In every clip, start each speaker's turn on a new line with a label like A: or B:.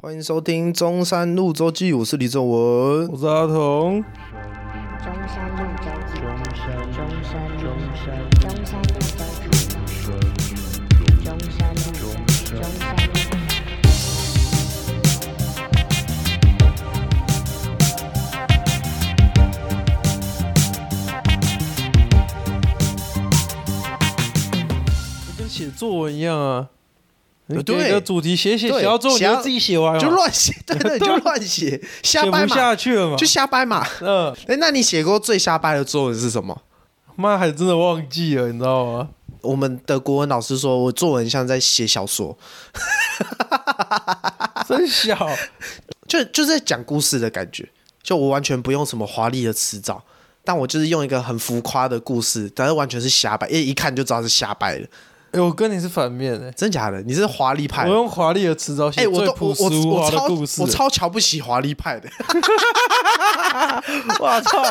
A: 欢迎收听中山路周记，我是李正文。
B: 我是阿童，
C: 中山路交际，中山路，中山路交际，中山路，中山路。
B: 跟写作文一样啊。你给
A: 哎对
B: 一个主题写写，
A: 对
B: 写到最后你
A: 想
B: 就
A: 要
B: 自己写完了，
A: 就乱写，对对，你就乱哎 写，瞎
B: 写
A: 掰
B: 不
A: 嘛，
B: 下去了嘛。
A: 就瞎掰嘛。
B: 嗯，
A: 哎，那你写过最瞎掰的作文是什么？
B: 妈还真的忘记了，你知道 吗？
A: 我们的国文老师说我作文像在写小说，
B: 真小，
A: 就就是在讲故事的感觉。就我完全不用什么华丽的词藻，但我就是用一个很浮夸的故事，但是完全是瞎掰，因为一看就知道是瞎掰的。
B: 哎，我跟你是反面哎，
A: 真假的？你是华丽派
B: 我？用华丽的词藻
A: 哎、
B: 写
A: 我
B: 最
A: 都我
B: 朴实
A: 我
B: 无
A: 我
B: 华的
A: 超
B: 故事
A: 我， 超瞧不起华丽派的，
B: 我操！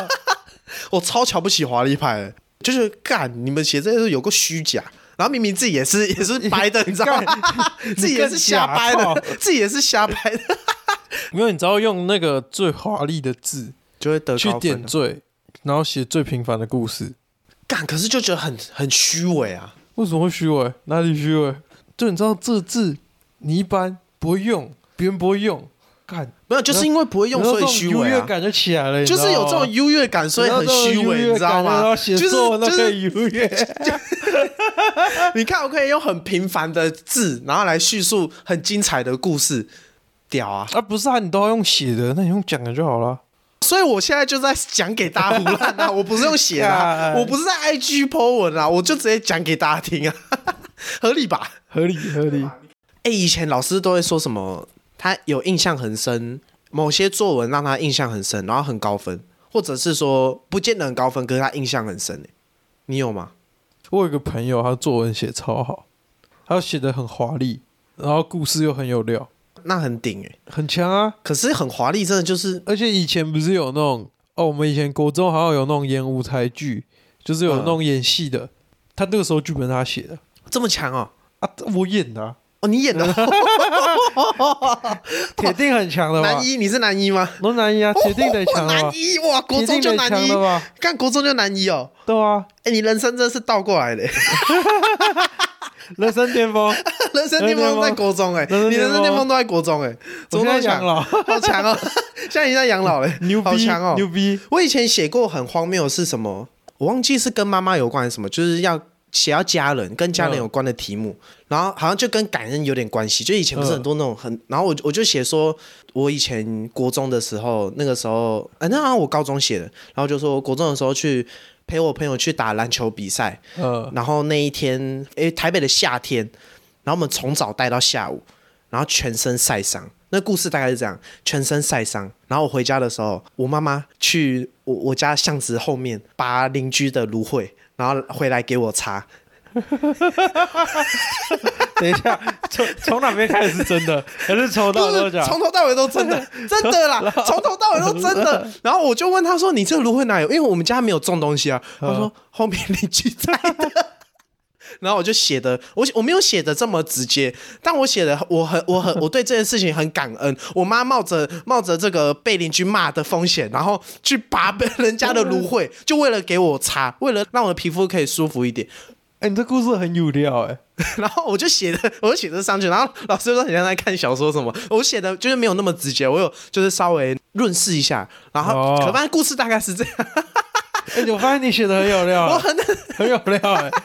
A: 我超瞧不起华丽派的，就是干你们写这些都有个虚假，然后明明自己也是也是白的，你知道吗？ 自己也是瞎掰
B: 你
A: 的
B: 更假，
A: 自己也是瞎掰的，
B: 没有，你只要用那个最华丽的字
A: 就会得
B: 去
A: 高分
B: 点。缀，然后写最平凡的故事。
A: 干，可是就觉得很很虚伪啊。
B: 为什么会虚伪？哪里虚伪？就你知道这字你一般不会用，别人不会用，干
A: 没有，就是因为不会用，
B: 然后
A: 所
B: 这
A: 以
B: 种
A: 虚
B: 优
A: 伪
B: 越
A: 啊。
B: 感就起来了，你知
A: 就
B: 道吗
A: 是有这种优越感，所以很虚伪，你知道
B: 然
A: 吗？
B: 后
A: 就
B: 啊写
A: 是
B: 作文都
A: 就
B: 可
A: 是，
B: 以优越，
A: 你看，我可以用很平凡的字，然后来叙述很精彩的故事，屌啊！
B: 啊，不是啊，你都要用写的，那你用讲的就好了。
A: 所以我现在就在讲给大家胡乱啊，我不是用写的、 啊，
B: 干
A: 我不是在 IG po 文啊，我就直接讲给大家听啊，合理吧？
B: 合理合理，
A: 哎、以前老师都会说什么，他有印象很深，某些作文让他印象很深，然后很高分，或者是说不见得很高分，可是他印象很深、欸、你有吗？
B: 我有一个朋友，他作文写超好，他写的很华丽，然后故事又很有料，
A: 那很顶哎、
B: 很强啊。
A: 可是很华丽，真的就是
B: 而且以前不是有那种哦，我们以前国中好像有那种演舞台剧，就是有那种演戏的，他那个时候剧本是他写的
A: 这么强哦、
B: 啊，我演的、啊，
A: 哦，你演的哦
B: 铁定很强的吧
A: 男？一，哦你是男一吗？
B: 罗南一啊，铁定得强
A: 哦
B: 的吧
A: 男？一哇，国
B: 铁
A: 中
B: 定
A: 就
B: 得
A: 男
B: 强
A: 一
B: 的，吧？
A: 干国中就男一哦、
B: 对啊，
A: 哎、你人生真是倒过来的、
B: 人生巅 峰，
A: 人生巅峰在国中哎、
B: 人生巅峰
A: 你人生巅峰都在国中哎、怎
B: 我
A: 么那
B: 现在
A: 么
B: 养
A: 强？
B: 老，
A: 好强哦、现在已经在养老嘞、
B: 牛
A: 好
B: 逼
A: 强哦、
B: 牛逼！
A: 我以前写过很荒谬的是什么？我忘记是跟妈妈有关还是什么，就是要写到家人跟家
B: 嗯
A: 人有关的题目，然后好像就跟感恩有点关系。就以
B: 嗯
A: 前不是很多那种很，然后我我就写说，我以前国中的时候，那个时候，哎、那好像我高中写的，然后就说我国中的时候去陪我朋友去打篮球比赛，
B: 呃，
A: 然后那一天，诶，台北的夏天，然后我们从早带到下午，然后全身晒伤。那故事大概是这样：全身晒伤，然后我回家的时候，我妈妈去我我家巷子后面拔邻居的芦荟，然后回来给我擦。
B: 等一下，从从哪边开始是真的，还是从
A: 不
B: 到
A: 是
B: 都讲？
A: 从头到尾都真 的，真的啦，从头到尾都真的。然后我就问他说：“你这芦荟哪有？”因为我们家没有种东西啊。他说：“后面邻居摘的。” 然后我就写的，我我没有写的这么直接，但我写的我很 我很我对这件事情很感恩。我妈冒着冒着这个被邻居骂的风险，然后去拔人家的芦荟，就为了给我擦，为了让我的皮肤可以舒服一点。
B: 哎，你这故事很有料哎，
A: 然后我就写的，我就写这上去，然后老师就说你像在看小说什么，我写的就是没有那么直接，我有就是稍微润饰一下，然后、
B: 哦
A: 可反正故事大概是这样，
B: 哎，我发现你写的很有 料，
A: 我
B: 哎
A: 很，
B: 很有料哎。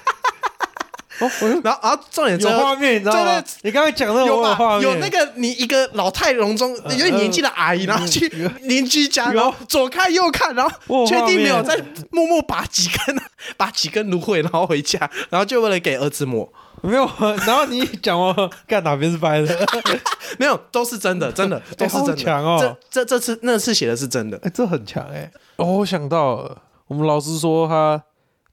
B: 哦，我又
A: 然后然后重点最
B: 有
A: 后
B: 画面，你知道
A: 对
B: 吗
A: 对？
B: 你刚刚讲的
A: 有
B: 我有画
A: 吧？
B: 面，嗯
A: 有那个你一个老态龙钟、有点年纪的阿姨，然后去邻居家，
B: 有
A: 然后左看右看，然
B: 我
A: 后
B: 有
A: 确定没有
B: 画面
A: 在默默拔几根、拔几根芦荟，然后回家，然后就为了给儿子抹，
B: 没有？然后你一讲我干哪边是白的？
A: 没有，都是真的，真的都是真的。
B: 好强哦
A: 这这这次那次写的是真的，
B: 哎，这很强哎。哦，我想到了，我们老师说他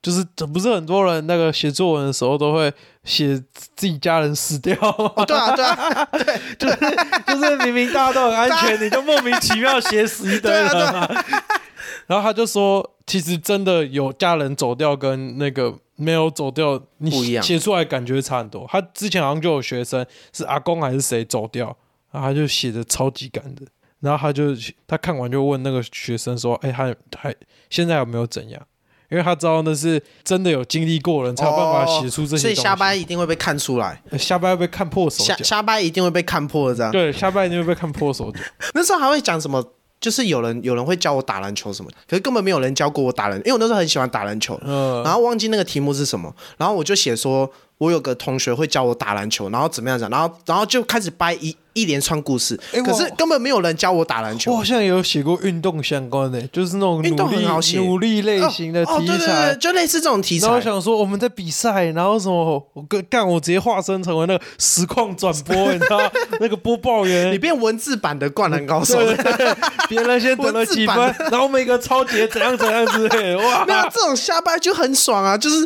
B: 就是不是很多人那个写作文的时候都会写自己家人死掉吗？
A: 哦，对啊，对啊。
B: 就是 就是明明大家都很安全，你就莫名其妙写死一堆人嘛。
A: 啊
B: 然后他就说，其实真的有家人走掉跟那个没有走掉，你
A: 不一样
B: 写出来感觉差很多。他之前好像就有学生是阿公还是谁走掉，然后他就写的超级赶的，然后他就他看完就问那个学生说：“哎、他还现在有没有怎样？”因为他知道那是真的有经历过的人才有办法写出这些东西。
A: 哦所以瞎掰一定会被看出来，
B: 呃瞎掰会被看破手
A: 瞎
B: 脚，
A: 瞎掰一定会被看破的这样。
B: 对，瞎掰一定会被看破手脚。
A: 那时候还会讲什么？就是有人有人会教我打篮球什么的，可是根本没有人教过我打篮，因为我那时候很喜欢打篮球，
B: 嗯
A: 然后忘记那个题目是什么，然后我就写说，我有个同学会教我打篮球，然后怎么样讲，然后然后就开始掰一一连串故事，
B: 哎诶我
A: 可是根本没有人教我打篮
B: 我
A: 球
B: 好。像也有写过运动相关的，就是那种
A: 运动
B: 努
A: 很好写
B: 力努力类型的
A: 哦哦，
B: 题
A: 对对
B: 材
A: 对，。就类似这种题材
B: 然后我。想说我们在比赛，然后什么，我跟干我直接化身成为那个实况转播，你知道吗那个播报 员，
A: 你变文字版的灌篮高手，
B: 对对对别人先等了几分
A: 文字，
B: 然后每个超节怎样怎样之类 的，
A: 没有
B: 哇！
A: 这种瞎掰就很爽啊，就是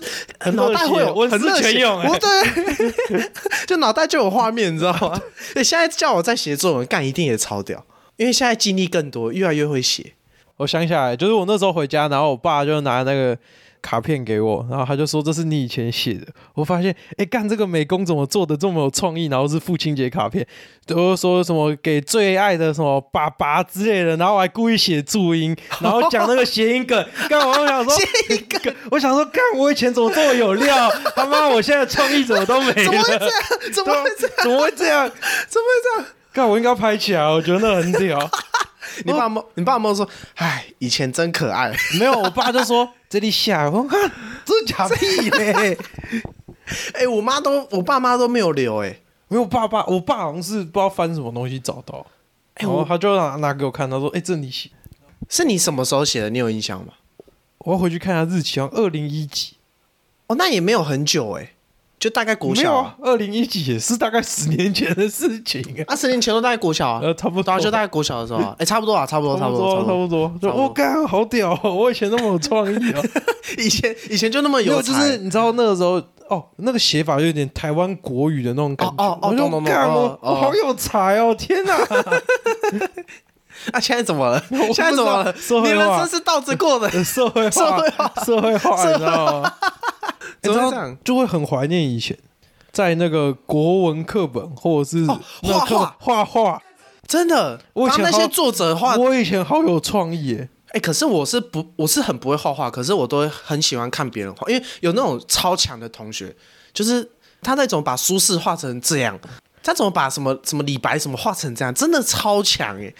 A: 脑袋会有
B: 很热
A: 很热
B: 血文思
A: 血
B: 泉涌欸
A: 我对， 就脑袋就有画面，你知道吗？对，现在叫我在写作文，干一定也超屌，因为现在经历更多，越来越会写。
B: 我想起来，就是我那时候回家，然后我爸就拿那个卡片给我，然后他就说这是你以前写的。我发现，哎，干这个美工怎么做的这么有创意？然后是父亲节卡片，都说什么给最爱的什么爸爸之类的，然后我还故意写注音，然后讲那个谐 音梗。干，我想说，干我想说，干我以前怎么这么有料？他妈，我现在创意 怎么都没了？啊
A: 怎么会这样？ 怎么会这样？
B: 怎么会这样？
A: 怎么会这样？
B: 干，我应该拍起来，我觉得那很屌。
A: 你
B: 哦
A: 爸妈，你爸妈说，哎，以前真可爱。
B: 没有，我爸就说这里下，我看这假屁 嘞。
A: 哎、我妈都，我爸妈都没有留、哎，
B: 没有，我爸爸，我爸好像是不知道翻什么东西找到，
A: 哎
B: 然后他就拿拿给我看，他说：“哎、这你写。
A: 是你什么时候写的？你有印象吗？”
B: 我要回去看一下日期，好像二零一几，
A: 哦，那也没有很久、哎，就大概国
B: 没
A: 小
B: 有
A: 啊
B: 啊，，二零一几也是大概十年前的事情啊，
A: 二十年前都大概国小啊，
B: 呃，差不
A: 对
B: 多，
A: 啊，就大概国小的时候啊， 哎、差不多啊，差不多，
B: 差
A: 差
B: 不
A: 不多，
B: 多，
A: 差不
B: 差
A: 多。
B: 不多，就
A: 差不多
B: 我干，好屌哦！我以前那么有创意 哦，
A: 以前以前就那么
B: 没有，
A: 才，
B: 就是你知道那个时候哦，那个写法有点台湾国语的那种感觉，
A: 哦哦哦
B: 我就
A: 懂懂懂
B: 干
A: 哦
B: 我
A: 哦
B: 我好有才哦，天哪！
A: 啊，现在怎么了？
B: 不
A: 现在怎么了
B: 知道？社
A: 你
B: 会
A: 人
B: 化
A: 生是倒着过 的，
B: 社会
A: 社会
B: 化，社会化，你知道吗？
A: 怎么会
B: 你知道
A: 这样
B: 就会很怀念以前在那个国文课本或者是
A: 哦
B: 那个课
A: 画
B: 画画，
A: 真的。
B: 我以
A: 帮
B: 前
A: 那
B: 好
A: 些作者画，哎、
B: 我以前好有创意耶！
A: 可是我是不，我是很不会画画，可是我都会很喜欢看别人画，因为有那种超强的同学，就是他那种把苏轼画成这样，他怎么把什么什么李白什么画成这样，真的超强哎。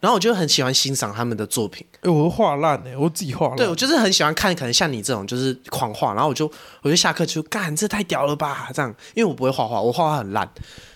A: 然后我就很喜欢欣赏他们的作品。
B: 哎，我都画烂哎，我自己画烂。
A: 对，我就是很喜欢看，可能像你这种就是狂画，然后我就我就下课就干，这太屌了吧，这样，因为我不会画画，我画画很烂。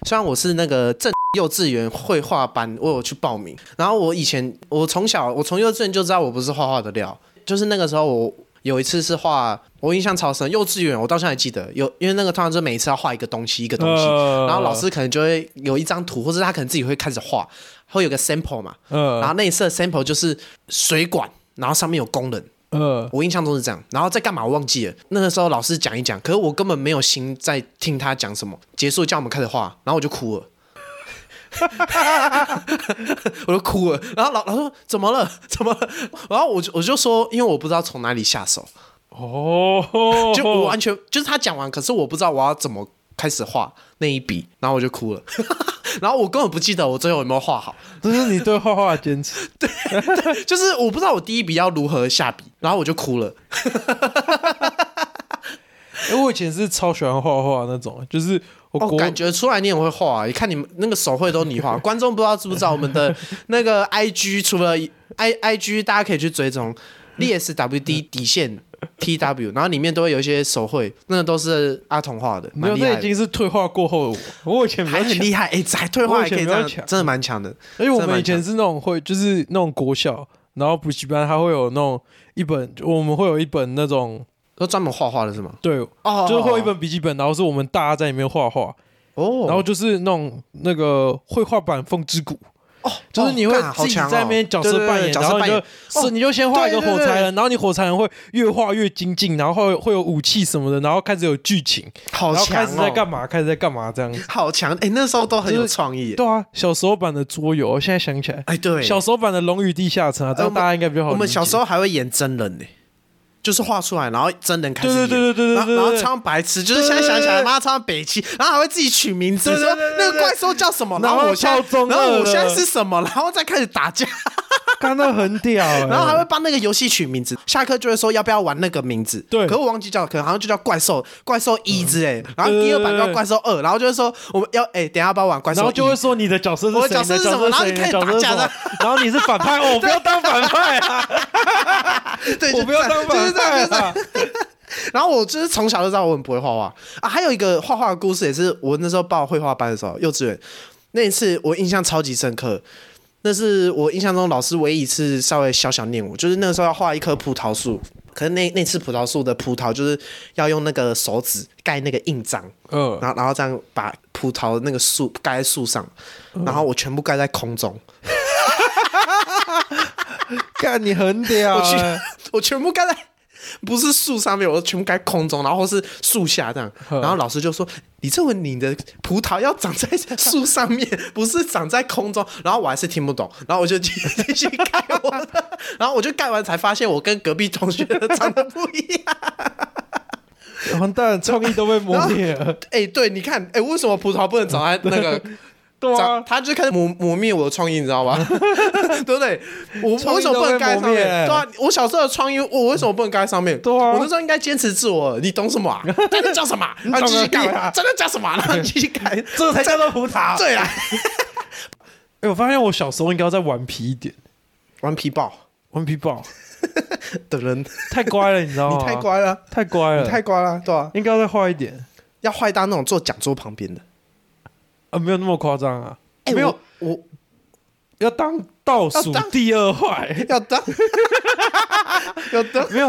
A: 虽然我是那个正幼稚园绘画班，我有去报名，然后我以前我从小我从幼稚园就知道我不是画画的料，就是那个时候我。有一次是画，我印象超深。幼稚园我到现在还记得，有因为那个通常就每一次要画一个东西一个东西，
B: 呃
A: 然后老师可能就会有一张图，或者他可能自己会开始画，会有个 sample 嘛，然
B: 呃
A: 后那一次的 sample 就是水管，然后上面有工人，
B: 呃，
A: 我印象中是这样。然后在干嘛我忘记了。那个时候老师讲一讲，可是我根本没有心在听他讲什么。结束叫我们开始画，然后我就哭了。 我就哭了，然后老老师说怎么了？怎么了？然后我就我就说，因为我不知道从哪里下手，
B: 哦，
A: 就我完全就是他讲完，可是我不知道我要怎么开始画那一笔，然后我就哭了， 然后我根本不记得我最后有没有画好，
B: 这是你对画画的坚持。
A: 就是我不知道我第一笔要如何下笔，然后我就哭了。
B: 哎，我以前是超喜欢画画那种，就是我
A: 哦，
B: 国
A: 感觉出来你很会画、啊，你看你们那个手绘都你 画。观众不知道知不知道我们的 那个 I G 除了 I I G 大家可以去追踪 D S W D
B: 嗯
A: 底线 T W，然后里面都会有一些手绘，那个都是阿童画的，
B: 没
A: 蛮
B: 有，
A: 厉
B: 那
A: 害
B: 已
A: 的。
B: 经是退化过后的我。我以前比较
A: 还很
B: 强
A: 厉害，哎、还退化还可以这
B: 我以前比较
A: 样，
B: 强
A: 真的蛮强的。
B: 而且我
A: 真的
B: 们
A: 蛮
B: 以前
A: 强
B: 是那种会，就是那种国小，然后补习班，它会有那种一本，我们会有一本那种，
A: 都专门画画的是吗？
B: 对，
A: 哦
B: 就是会有一本笔记本，然后是我们大家在里面画画，
A: 哦，
B: 然后就是那种那个绘画版《风之谷》，
A: 哦，
B: 就是你会
A: 干好
B: 自己
A: 强哦
B: 在那边角
A: 对
B: 色
A: 对
B: 扮演，
A: 对角
B: 然
A: 色
B: 后
A: 扮
B: 你
A: 演
B: 就，
A: 哦
B: 是你就先画一个
A: 对对
B: 火
A: 对
B: 柴人，然后你火柴人会越画越精进，然后会会有武器什么的，然后开始有剧情，
A: 好
B: 然后
A: 强、哦，
B: 开始在干嘛，开始在干嘛这样子。
A: 好强，哎、那时候都很有
B: 就是
A: 创意耶。
B: 对啊，小时候版的桌游，现在想起来，
A: 哎、对，
B: 小时候版的《龙与地下城》啊，这
A: 呃我
B: 样
A: 们
B: 大家应该比较好理解。
A: 我们小时候还会演真人呢、就是画出来，然后真人开始
B: 对
A: 演，
B: 对对对对对
A: 然后
B: 对
A: 然后
B: 对
A: 超白痴，就是现在想起
B: 对
A: 来，
B: 对对
A: 妈超北七，然后还会自己取名字，
B: 对对
A: 说
B: 对对对
A: 那个怪兽叫什么，
B: 然
A: 然
B: 后
A: 后我现
B: 超中
A: 在，然后
B: 二
A: 我现在
B: 了嗯
A: 是什么，然后再开始打架，
B: 看到很屌欸，
A: 然后还会帮那个游戏取名字，下课就会说要不要玩那个名字，
B: 对嗯
A: 可我忘记叫，可能好像就叫怪兽怪兽一之类的，然后第二版
B: 对对对
A: 叫怪兽二，然后就会说我们要哎、等一下要不要玩怪兽一，
B: 然后就会说你的角色是
A: 我
B: 谁，
A: 的角色
B: 你
A: 是
B: 的
A: 什
B: 角
A: 么
B: 色
A: 然后
B: 谁，
A: 就
B: 你
A: 开始打
B: 的角色是
A: 架
B: 什么，然后你是反 派，哦，我不要当反派啊，
A: 对，
B: 我
A: 就
B: 不要
A: 这
B: 当
A: 样就是
B: 反
A: 这样，
B: 派
A: 就是这样
B: 啊，
A: 然后我就是从小就知道我很不会画画啊。还有一个画画的故事，也是我那时候报绘画班的时候，幼稚园那一次我印象超级深刻。那是我印象中老师唯一一次稍微小小念我，就是那个时候要画一棵葡萄树，可是那那次葡萄树的葡萄就是要用那个手指盖那个印章，
B: 嗯，
A: 然后然后这样把葡萄那个树盖在树上，然后我全部盖在空中，
B: 干你很屌
A: 我去
B: 欸，
A: 我全部盖在不是树上面，我全部盖空中，然后是树下这样。
B: 呵
A: 然后老师就说：“李正文，你的葡萄要长在 树上面，不是长在空中。”然后我还是听不懂，然后我就继继续盖我的， 然后我就盖完才发现我跟隔壁同学的长得不一样。
B: 完蛋，创意都被磨 灭了，
A: 哎、对，你看，哎、为什么葡萄不能长在那个？
B: 对
A: 长
B: 啊，
A: 他就开始磨磨灭我的创意，你知 道吧？对不对？我我
B: 创
A: 为
B: 意
A: 什么不
B: 都
A: 能
B: 被
A: 盖在
B: 磨
A: 上
B: 灭
A: 面？
B: 欸
A: 对啊，我小时候的创意，我为什么不能盖在上面？
B: 对啊
A: 我那时候应该坚持自我，你懂什么、 啊？真的叫什么啊？然后继续
B: 你懂个屁
A: 盖
B: 啊，
A: 真的叫什么啊？然后继续盖，
B: 这个才叫做葡萄。
A: 对啊 啦，
B: 哎，我发现我小时候应该要再顽皮一点，
A: 顽皮豹
B: 顽皮 豹
A: 的人，
B: 太乖了，你知道吗？
A: 你太，乖了，
B: 太乖
A: 你
B: 了，
A: 太乖了，对啊，
B: 应该要再坏一点
A: 要坏到那种坐讲桌旁边的，
B: 啊，没有那么夸张啊，
A: 哎
B: 没有，
A: 我我
B: 要当倒数
A: 要当
B: 第二坏，
A: 要当， 要当。
B: 没有。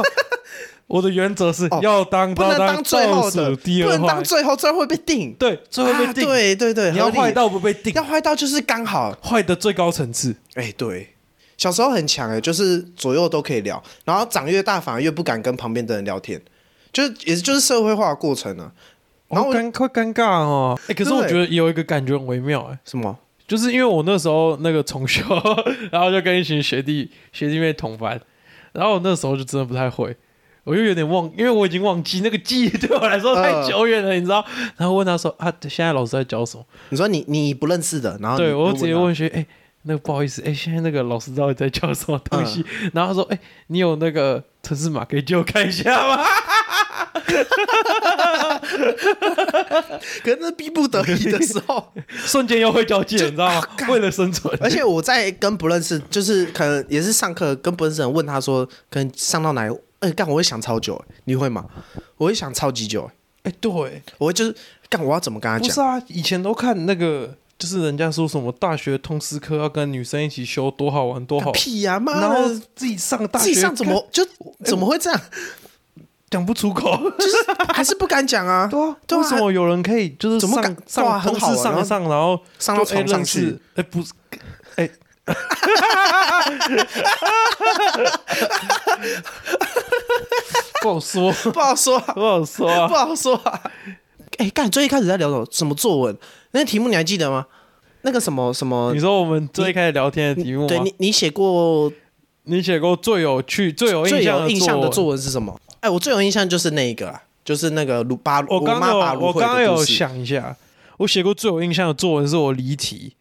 B: 我的原则是
A: 哦
B: 要当
A: 不
B: 要
A: 能当最后的，
B: 倒数第
A: 不
B: 二
A: 能
B: 坏
A: 当，最后，最后会被定，
B: 对，最后被
A: 啊
B: 定，
A: 对对对，
B: 你要
A: 合理
B: 坏到不被定，
A: 要坏到就是刚好，
B: 坏的最高层次。
A: 哎、对，小时候很强哎、就是左右都可以聊，然后长越大反而越不敢跟旁边的人聊天，就是也就是社会化的过程啊。然
B: 然
A: 后
B: 后
A: 我
B: 尴快尴尬哦，哎、可是
A: 对
B: 我觉得有一个感觉很微妙、哎，
A: 什么？
B: 就是因为我那时候那个重修， 然后就跟一群学弟学弟妹同班，然后我那时候就真的不太会，我就有点忘，因为我已经忘记那个记忆对我来说太
A: 嗯
B: 久远了，你知道？然后问他说啊，现在老师在教什么？
A: 你说你你不认识的，然后你啊
B: 对我
A: 你
B: 直接
A: 他
B: 啊问学，哎、那个不好意思，哎、现在那个老师到底在教什么东西？然后他说，哎、你有那个城市码可以借我看一下吗？
A: 可是那逼不得已的时候，
B: 瞬间又会交界，你知道吗？为了生存，
A: 而且我在跟不认识，就是可能也是上课跟不认识的人问他说，可能上到哪里，哎、干我会想超久、哎你会吗？我会想超级久、哎
B: 哎、对。
A: 我会就是干我要怎么跟他
B: 不
A: 讲
B: 是？啊，以前都看那个，就是人家说什么大学通识课要跟女生一起修，多好玩，多
A: 干
B: 好。
A: 屁呀、妈
B: 然后
A: 的！
B: 自己上大
A: 自
B: 学，
A: 己上怎么就怎么会这样？
B: 干讲不出口？
A: 还是不敢讲啊？
B: 对啊，
A: 对啊
B: 为什么有人可以就是
A: 怎么敢
B: 上
A: 对啊
B: 上
A: 很
B: 通
A: 好
B: 识
A: 啊
B: 上
A: 然后
B: 一上，然后
A: 上到
B: 就哎
A: 床上
B: 认识
A: 去？
B: 哎，不是，哎。不好说，
A: 不好说、啊，
B: 不好说啊
A: 不！好说、啊。哎、干，最一开始在聊什么什么作文？那个题目你还记得吗？那个什么什么
B: 你？说我们最开始聊天的题目
A: 对
B: 吗？
A: 你，你写过
B: 你写过最有趣、最有
A: 最
B: 印象
A: 有印象的作
B: 作文
A: 文是什么？哎、我最有印象就是那一个啊，就是那个鲁巴，
B: 我刚
A: 妈
B: 有
A: 把芦
B: 我
A: 荟
B: 刚刚
A: 的故
B: 有
A: 事。
B: 想一下，我写过最有印象的作文是我离题，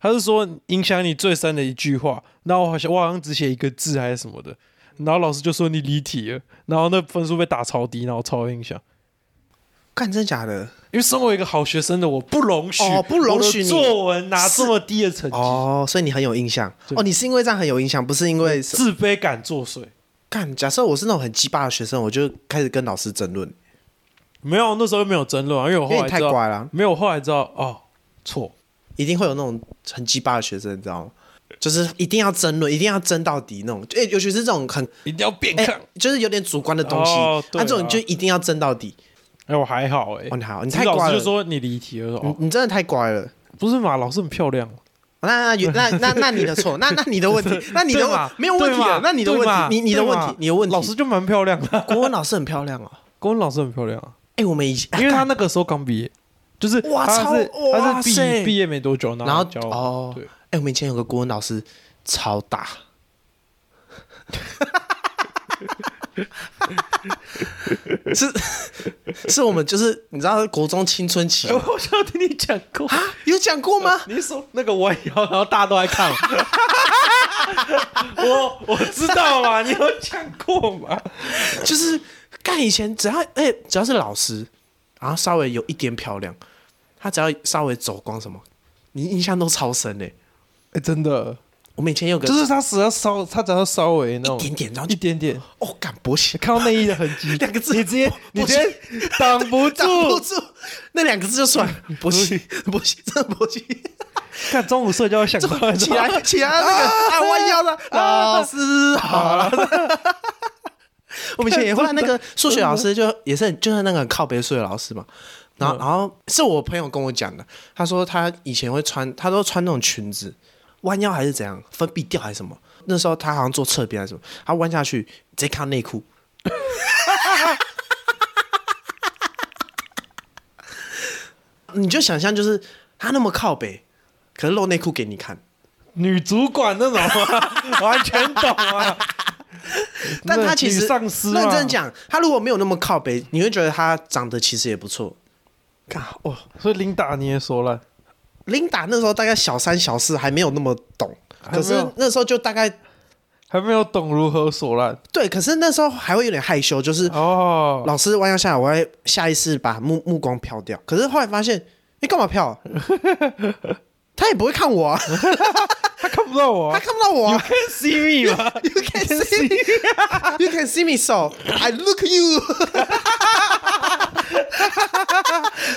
B: 他是说影响你最深的一句话，然后我好像我好像只写一个字还是什么的，然后老师就说你离题了，然后那分数被打超低，然后超有印象。
A: 干，真假的？
B: 因为身为一个好学生的我，不容许
A: 哦不容许
B: 我
A: 你
B: 的作文拿这么低的成绩，
A: 哦，所以你很有印象
B: 对
A: 哦，你是因为这样很有印象，不是因为什
B: 自卑感作祟。
A: 干。假设我是那种很鸡巴的学生，我就开始跟老师争论，
B: 没有，那时候没有争论啊，因为我
A: 因为
B: 后
A: 你
B: 来
A: 太
B: 知道，
A: 乖了，
B: 没有，我后来知道哦，错，
A: 一定会有那种很鸡巴的学生，你知道吗？就是一定要争论，一定要争到底那种，哎、尤其是这种很
B: 一定要变
A: 哎、
B: 看。哎、
A: 就是有点主观的东西，
B: 哦对
A: 那、
B: 啊
A: 这种你就一定要争到底。
B: 我还好哎、
A: 哦，你好，你
B: 你
A: 太乖
B: 老
A: 了，
B: 师
A: 嗯
B: 就说你离题了，我说哦
A: 你你真的太乖了。
B: 不是嘛？老师很漂亮，
A: 那那那那那你的错，那那你的问题，那你的
B: 对嘛
A: 问没有问题
B: 对嘛
A: 了，那你的问
B: 对嘛
A: 题，你你的
B: 对
A: 问
B: 嘛
A: 题，你的问题。
B: 老师就蛮漂亮的。
A: 国文老师很漂亮哦。
B: 国文老师很漂亮啊，
A: 哎、我们以前
B: 因为他那个时候刚毕业，就是
A: 哇
B: 他是
A: 超哇
B: 他是
A: 塞
B: 毕毕业没多久，
A: 然后
B: 教
A: 哦
B: 对，
A: 哎、我们以前有个国文老师超大， 是是我们就是你知道国中青春期
B: 我好像听你讲过，
A: 有讲过吗？
B: 你说那个我也要，然后大家都在看我。 我我知道嘛，你有讲过嘛？
A: 就是干以前只要哎、只要是老师，然后稍微有一点漂亮，他只要稍微走光什么，你印象都超深嘞、
B: 哎，真的，
A: 我们以前有个
B: 就是他只要稍，他只要稍微那种
A: 一点点然后就
B: 一点点，
A: 哦，干勃起
B: 看到内衣的痕迹，
A: 两个字
B: 你直接
A: 勃
B: 你直接挡不
A: 挡不
B: 住。
A: 住那两个字就算了，勃起勃起真的勃起，
B: 看中午睡觉会想到
A: 起来起来那个啊弯腰啊的 老师好了。 我们以前也会那个数学老师就也是很就是那个很靠背数学老师嘛，然后、然后是我朋友跟我讲的，他说他以前会穿，他都穿那种裙子，弯腰还是怎样，分泌掉还是什么？那时候他好像做侧边还是什么，他弯下去直接看到内裤， 你就想象就是他那么靠北，可是露内裤给你看，
B: 女主管那种 啊，完全懂啊。
A: 但他其
B: 女
A: 实
B: 上司啊嘛
A: 认真，讲，他如果没有那么靠北，你会觉得他长得其实也不错。
B: 干哦，所以琳达你也说了，
A: 琳达那时候大概小三小四还没有那么懂，
B: 还没
A: 可
B: 有
A: 是那时候就大概
B: 还没有懂如何锁烂
A: 对，可是那时候还会有点害羞，就是
B: 哦。
A: 老师弯腰下来，我会下意识把目目光飘掉。可是后来发现，你干嘛飘 啊？他也不会看我、啊，
B: 他看不到我
A: 他
B: 啊
A: 看不到我、
B: ，You
A: 啊。
B: can see me 吗
A: You can see me, you can see me, so I look you 。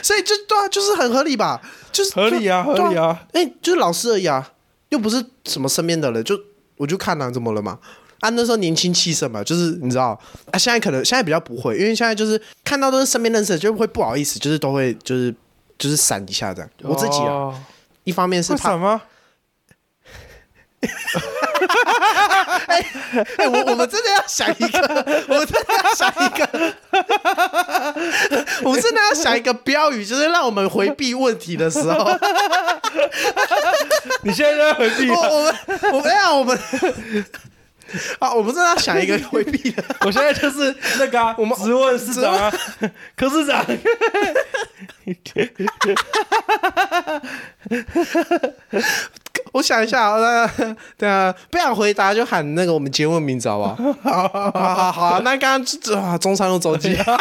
A: 所以就对啊，就是很合理吧？就是
B: 合理啊
A: 就对
B: 合理啊！
A: 哎、就是老师而已啊，又不是什么身边的人，就我就看啊，怎么了嘛？啊，那时候年轻气盛嘛，就是你知道啊，现在可能现在比较不会，因为现在就是看到都是身边认识的，就会不好意思，就是都会就是就是闪一下这样。我自己啊，
B: 哦
A: 一方面是
B: 为
A: 怕
B: 什么？
A: 哎、我我们真的要想一个，我们真的要想一个，我们真的要想一个标语，就是让我们回避问题的时 候，我
B: 你现在在回避啊，
A: 我们我们让我们 啊，我们真的要想一个回避的，
B: 我现在就是那个啊，我
A: 们
B: 质问市长啊， 柯市长，
A: 我想一下啊，那对啊，不想回答就喊那个我们节目名字好不好？好好好好好，那刚刚啊，中山路走几号？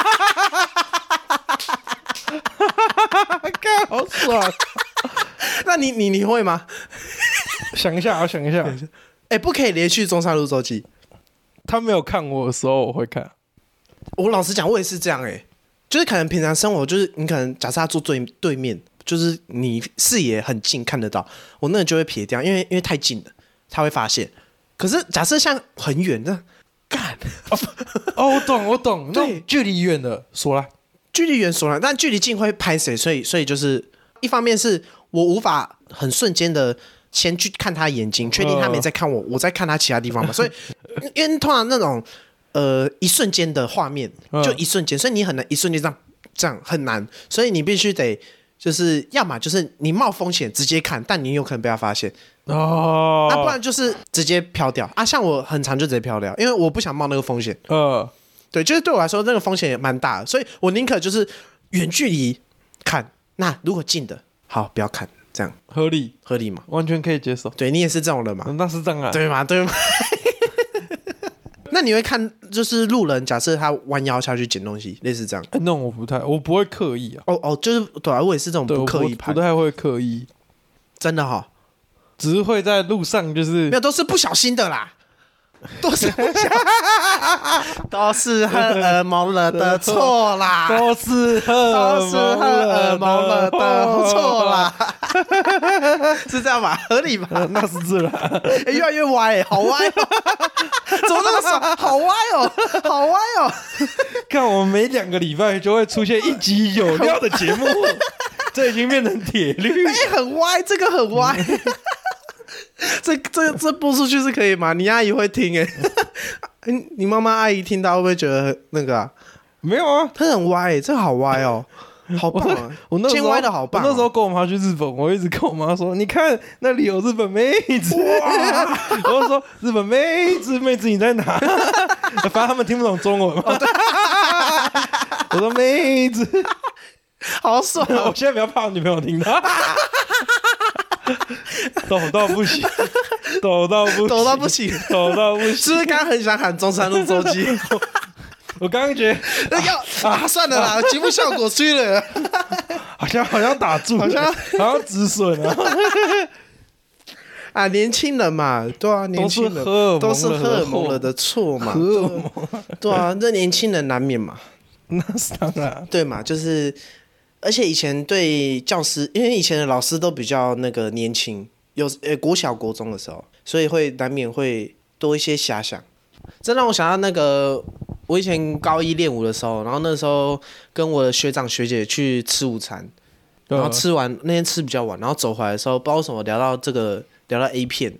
B: 看好爽。
A: 那你你你会吗？
B: 想一下，我啊想一下，
A: 哎、不可以连续中山路走几？
B: 他没有看我的时候，我会看。
A: 我老实讲，我也是这样哎、就是可能平常生活，就是你可能假设他坐对对面，就是你视野很近看得到，我那个就会撇掉，因为因为太近了，他会发现。可是假设像很远的，干
B: 哦，我懂，我懂，那
A: 对
B: 种距离远的说了，
A: 距离远所了，但距离近会拍谁？所以所以就是一方面是我无法很瞬间的先去看他眼睛，确定他没在看我，我在看他其他地 方嘛。所以因为通常那种呃一瞬间的画面，
B: 嗯
A: 就一瞬间，所以你很难一瞬间这样这样很难，所以你必须得。就是要么就是你冒风险直接看，但你有可能被他发现；啊
B: 哦，
A: 那、不然就是直接飘掉啊。像我很常就直接飘掉，因为我不想冒那个风险。
B: 呃，
A: 对，就是对我来说，那个风险也蛮大的，所以我宁可就是远距离看。那如果近的，好不要看，这样
B: 合理，
A: 合理吗？
B: 完全可以接受。
A: 对你也是这种人嘛，
B: 嗯那是当然，
A: 对吗？对吗？ 那你会看，就是路人，假设他弯腰下去捡东西，类似这样。
B: 哎那种我不太，我不会刻意啊，
A: 哦哦，就是对啊，我也是这种
B: 对，我
A: 不
B: 不
A: 刻意
B: 不
A: 拍，
B: 太会刻意，
A: 真的哈、
B: 只是会在路上就
A: 没
B: 是
A: 有都是不小心的啦，都是不小， 都是荷尔蒙了的错啦，
B: 都是荷尔
A: 都
B: 蒙
A: 是荷尔蒙了
B: 了哦
A: 的，错，啦， 是这样吧？合理吧？
B: 呃那是自然，
A: 欸越来越歪、欸，好歪、哦， 怎么那么爽？好歪哦，好歪哦！
B: 看我们每两个礼拜就会出现一集有料的节 目，这已经变成铁律
A: 哎、。很歪，这个很歪。 这这这播出去是可以吗？你阿姨会听 哎、欸你你妈妈阿姨听到会不会觉得那个啊？
B: 没有啊，
A: 她很歪、欸，这好歪哦。好棒啊！
B: 我那时
A: 尖
B: 候
A: 歪的好棒啊、
B: 我那时候跟我妈去日本，我一直跟我妈说，你看那里有日本妹子， 我就说日本妹子，妹子你在哪？ 反正他们听不懂中 文嘛。我说妹子，
A: 好爽啊、
B: 我现在比较怕我女朋友听到， 抖到不行，抖到不行，
A: 抖到不行
B: 抖到不行。
A: 是不是刚刚很想喊中山路周记？
B: 我刚刚觉得
A: 那 要啊，算了 啦，节目效果衰了。
B: 好像好像打住了，
A: 好像
B: 好像止损了。
A: 啊，年轻人嘛，对啊，年轻人
B: 荷尔蒙
A: 都是
B: 了
A: 荷尔蒙
B: 荷
A: 了的错嘛，荷尔蒙，对 啊，这年轻人难免嘛，
B: 那是当然，
A: 对嘛，就是，而且以前对教师，因为以前的老师都比较那个年轻，有呃国小国中的时候，所以会难免会多一些遐想。这让我想到那个我以前高一练舞的时候，然后那时候跟我的学长学姐去吃午餐，
B: 啊
A: 然后吃完那天吃比较晚，然后走回来的时候，不知道为什么聊到这个聊到 A 片，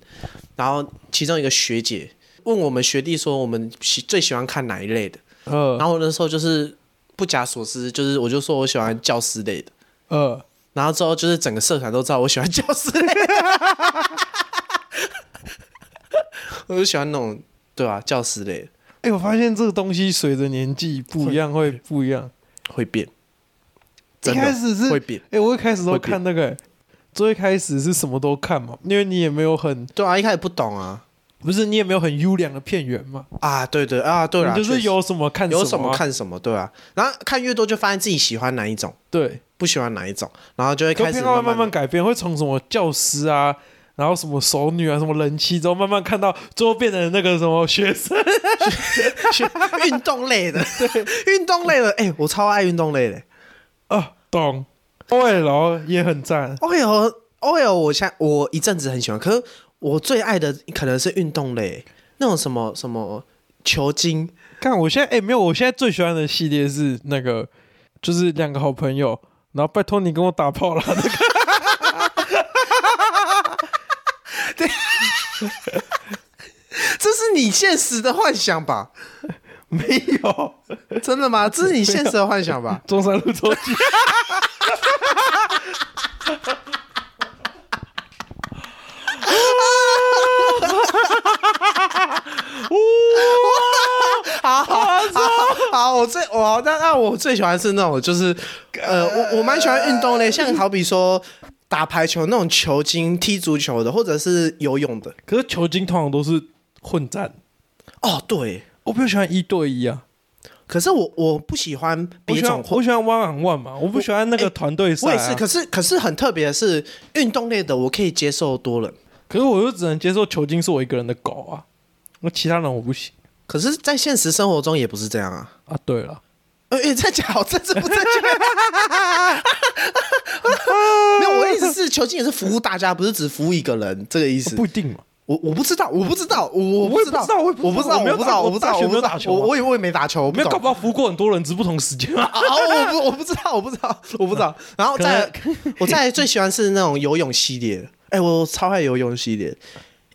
A: 然后其中一个学姐问我们学弟说我们喜最喜欢看哪一类的，
B: 呃
A: 然后我那时候就是不假所思，就是我就说我喜欢教师类的，
B: 呃，
A: 然后之后就是整个社团都知道我喜欢教师类的，我就喜欢那种对吧、教师类的
B: 哎，我发现这个东西随着年纪不一样会不一样。
A: 会变，
B: 一
A: 真的
B: 开始是
A: 会变，
B: 哎，我一开始都
A: 会变
B: 看那个，最一开始是什么都看嘛，因为你也没有很
A: 对啊，一开始不懂啊
B: 不是你也没有很优良的片源嘛，
A: 啊，对对啊，对啦，
B: 你就
A: 确
B: 是
A: 实
B: 有什么看
A: 有
B: 什
A: 什么
B: 啊
A: 看什么，对啊，然后看越多就发现自己喜欢哪一种，
B: 对，
A: 不喜欢哪一种，然后就会
B: 可
A: 开
B: 偏
A: 始
B: 好会
A: 慢
B: 慢
A: 慢
B: 慢改变，会从什么教师啊。然后什么熟女啊，什么人妻，之后慢慢看到，最后变成那个什么学生，
A: 运动类的，对，运动类的，哎、我超爱运动类的。
B: 啊，懂？OL 也很赞，
A: OL OL，我哦哎现在我一阵子很喜欢，可是我最爱的可能是运动类，那种什么什么球精
B: 看我现在哎、没有，我现在最喜欢的系列是那个，就是两个好朋友，然后拜托你跟我打炮啦，那个。
A: 这是你现实的幻想吧？
B: 没 有，
A: 真的吗？这是你现实的幻想吧？
B: 中山路周记。
A: 好好好 好，我最我那那我最喜欢是那种就是呃，我我蛮喜欢运动类，像好比说打排球那种球精、踢足球的，或者是游泳的。
B: 可是球精通常都是混战，
A: 哦，对，
B: 我比较喜欢一对一啊，
A: 可是我我不喜欢
B: 我
A: 别
B: 喜欢
A: 种
B: 我喜欢 one on one 嘛，我不喜欢那个团队赛、
A: 我
B: 啊
A: 也是，可是可是很特别的是，运动类的我可以接受多人，
B: 可是我又只能接受球精是我一个人的狗啊，那其他人我不行
A: 可是，在现实生活中也不是这样啊。
B: 啊。对了，
A: 哎、欸，在讲好政治不正 确，没有，我的意思是，球精也是服务大家，不是只服务一个人，这个意思。
B: 不一定嘛。
A: 我我不知道，我不知道，我我
B: 我也
A: 知道，我
B: 不知道我也不
A: 不
B: 知
A: 知
B: 道
A: 道，
B: 我没
A: 我
B: 有
A: 不知道，
B: 打
A: 我不知道，
B: 我大学没有
A: 我不
B: 打
A: 知
B: 球
A: 道
B: 啊
A: 我我也我也没打球，我
B: 没有，搞
A: 懂。
B: 不好服过很多人，只是不同时间啊。
A: 啊啊！我不我不知道，我不知道，我不知道。然后再我再最喜欢是那种游泳系列的，哎、我超爱游泳系列。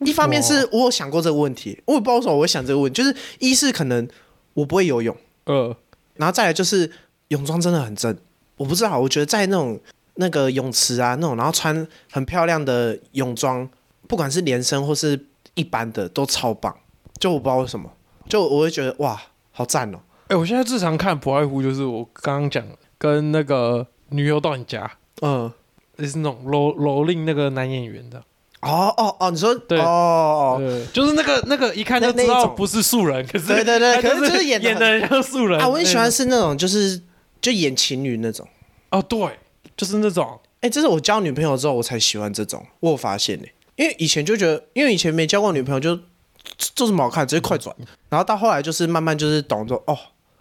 A: 一方面是我有想过这个问题，我也不知道为什么我会想这个问题，就是一是可能我不会游泳，
B: 呃，
A: 然后再来就是泳装真的很正，我不知道，我觉得在那种那个泳池啊那种，然后穿很漂亮的泳装，不管是连身或是一般的都超棒，就我不知道为什么，就我会觉得哇，好赞哦、
B: 哎、我现在最常看不外乎就是我刚刚讲的跟那个女友到你家，
A: 嗯。
B: 就是那种蹂蹂躏那个男演员的，
A: 哦哦哦，你说
B: 对
A: 哦哦，哦
B: 对，就是那个那个一看就知
A: 那那一
B: 道
A: 种
B: 不是素人，可是
A: 对对对
B: 他
A: 可是就是
B: 演
A: 演得很
B: 的像素人
A: 啊，我很喜
B: 那
A: 欢
B: 种
A: 是那种就是就演情侣那种。
B: 哦，对，就是那种
A: 哎、这是我交女朋友之后我才喜欢这种，我有发现呢、欸因为以前就觉得，因为以前没交过女朋友就这这什么好看，直接快转。然后到后来就是慢慢就是懂说，哦，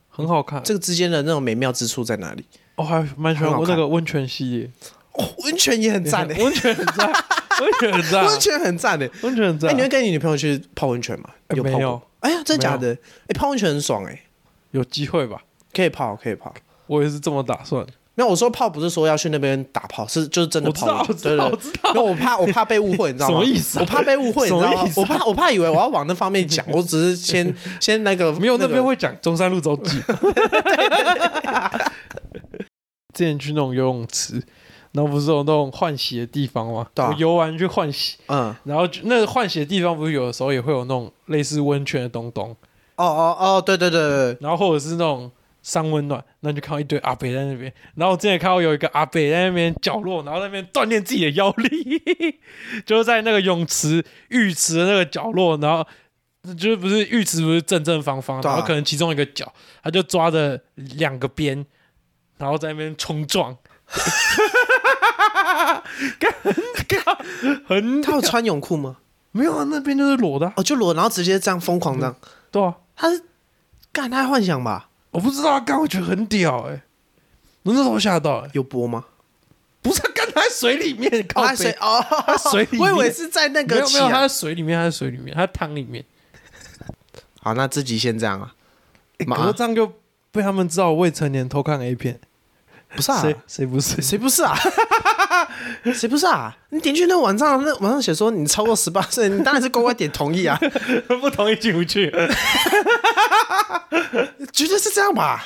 B: 很好看。
A: 这个之间的那种美妙之处在哪里。
B: 我还蛮喜欢
A: 很好
B: 我那
A: 看
B: 个温泉系列，
A: 哦，温泉也很赞 呢、
B: 温泉很赞，温泉很赞，啊
A: 温泉很赞呢、
B: 温泉很
A: 哎、
B: 赞
A: 你。会跟你女朋友去泡温泉吗？
B: 哎
A: 有泡
B: 啊没
A: 过
B: 有？
A: 哎呀，真的假的？哎、泡温泉很爽哎、
B: 有机会吧？
A: 可以泡，可以泡。
B: 我也是这么打算。
A: 没有，我说泡不是说要去那边打炮，是就是真的
B: 我知
A: 泡
B: 道
A: 温
B: 我
A: 泉。
B: 知
A: 对
B: 道
A: 对
B: 我
A: 对
B: 知道
A: 因为我怕我怕被误会，你知道吗？
B: 什么意思啊
A: 我怕被误会，你知道
B: 什么
A: 吗
B: 意？思啊
A: 我怕我怕以为我要往那方面 讲，我只是先先那个
B: 没有那
A: 个
B: 边会讲中山路走几， 之前去那种游泳池，然后不是有那种换洗的地方吗？
A: 对啊
B: 我游完去换洗，
A: 嗯，
B: 然后就那个换洗的地方不是有的时候也会有那种类似温泉的东东，
A: 哦哦哦，对对对对，对
B: 然后或者是那种三温暖，那你就看到一堆阿北在那边。然后我之前看到有一个阿北在那边角落，然后在那边锻炼自己的腰力， 就是在那个泳池浴池的那个角落，然后。就是不是浴池不是正正方方，
A: 对啊
B: 然后可能其中一个角，他就抓着两个边，然后在那边冲撞， 干很
A: 他有穿泳裤吗？
B: 没有啊，那边就是裸的啊、
A: 哦，就裸，然后直接这样疯狂这样，
B: 对啊，
A: 他是干他在幻想吧？
B: 我不知道，啊干我觉得很屌哎、我那时候吓到哎、
A: 有播吗？
B: 不是干他在水里 面，靠
A: 哦，
B: 北
A: 他水哦，
B: 他水里
A: 我以
B: 面
A: 为是在那
B: 没
A: 个
B: 有
A: 起
B: 没有，他
A: 啊。
B: 在水里面，他在水里面，他在汤里面。
A: 好，那自己先这样啊。
B: 欸、
A: 妈
B: 可是这样就被他们知道我未成年偷看 A 片，
A: 不是啊，
B: 谁 谁不是？
A: 谁不是 啊？谁不是啊？你点去那网站，那网上写说你超过十八岁，你当然是乖乖点同 意啊，
B: 不同意进不去？
A: 绝对是这样吧？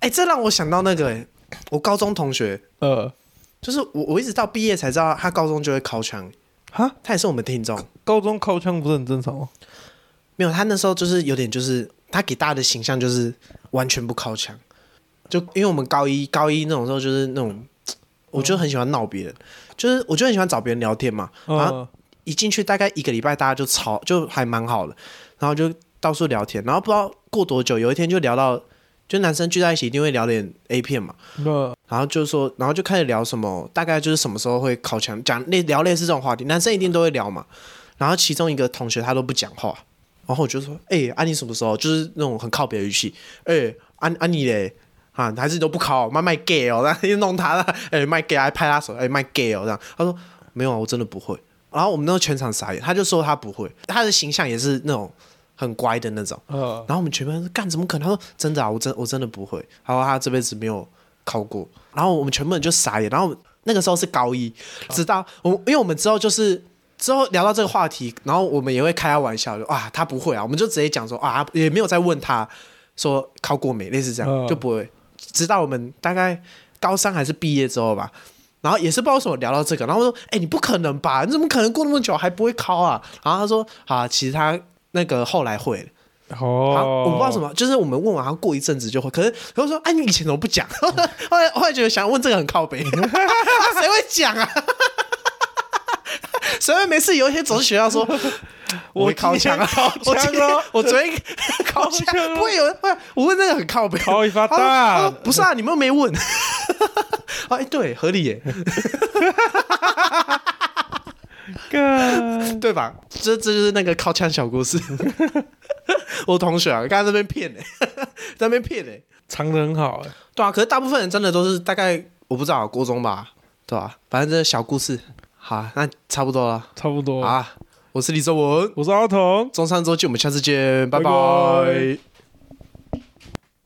A: 哎、这让我想到那个、哎，我高中同学，
B: 呃，
A: 就是我我一直到毕业才知道他高中就会考枪，
B: 哈，
A: 他也是我们听众，
B: 高中靠枪不是很正常吗？
A: 没有他那时候就是有点就是他给大家的形象就是完全不靠枪，就因为我们高一高一那种时候就是那种，我就很喜欢闹别人，就是我就很喜欢找别人聊天嘛，
B: 嗯、
A: 然后一进去大概一个礼拜，大家就吵，就还蛮好的，然后就到处聊天，然后不知道过多久，有一天就聊到，就男生聚在一起一定会聊点 A 片嘛，
B: 那
A: 然后就说，然后就开始聊什么，大概就是什么时候会考强，讲类聊类似这种话题，男生一定都会聊嘛，然后其中一个同学他都不讲话，然后我就说，哎、啊你什么时候就是那种很靠别的语气，哎、啊啊你嘞。啊，还是你都不考，卖卖 gay 哦，然后就弄他了， 哎、卖 gay 还拍他手，哎、卖 gay 哦，这样。他说没有啊，我真的不会。然后我们那个全场傻眼，他就说他不会，他的形象也是那种很乖的那种。
B: 呃，
A: 然后我们全班说干怎么可能？他说真的啊，我真我真的不会。他说他这辈子没有考过。然后我们全部人就傻眼。然后那个时候是高一，直到我们因为我们之后就是之后聊到这个话题，然后我们也会开他玩笑，就啊他不会啊，我们就直接讲说啊也没有再问他说考过没，类似这样、
B: 嗯
A: 就不会。直到我们大概高三还是毕业之后吧。然后也是不知道为什么聊到这个，然后我说：“哎、你不可能吧？你怎么可能过那么久还不会考啊？”然后他说：“啊，其实他那个后来会了。”啊，
B: 哦，
A: 我不知道什
B: 么，
A: 么，就是我们问完，然后过一阵子就会。可是他说：“哎，你以前怎么不讲？” 后来后来觉得想问这个很靠北， 啊谁会讲啊？ 谁会每次有一天走去学校说
B: 我
A: 会靠墙啊，我
B: 今天
A: 今天
B: 靠墙咯
A: 我昨天靠
B: 靠墙啊
A: 墙，啊
B: 咯
A: 不会有人会我问那个很靠北，
B: 靠一发
A: 他说
B: 大
A: 他说不是啊，你们又没问。 哎，对，合理耶，
B: 干
A: 对吧？这这就是那个靠墙小故事。 我同学啊，刚才在那边骗呢， 在那边骗呢。
B: 藏的很好哎、
A: 对啊，可是大部分人真的都是大概我不知道国中吧，对吧、反正这小故事，好，啊那差不多了
B: 差不多。
A: 啊。我是李周文，
B: 我是阿童，
A: 中山周记，我们下次见，拜
B: 拜
A: 拜
B: 拜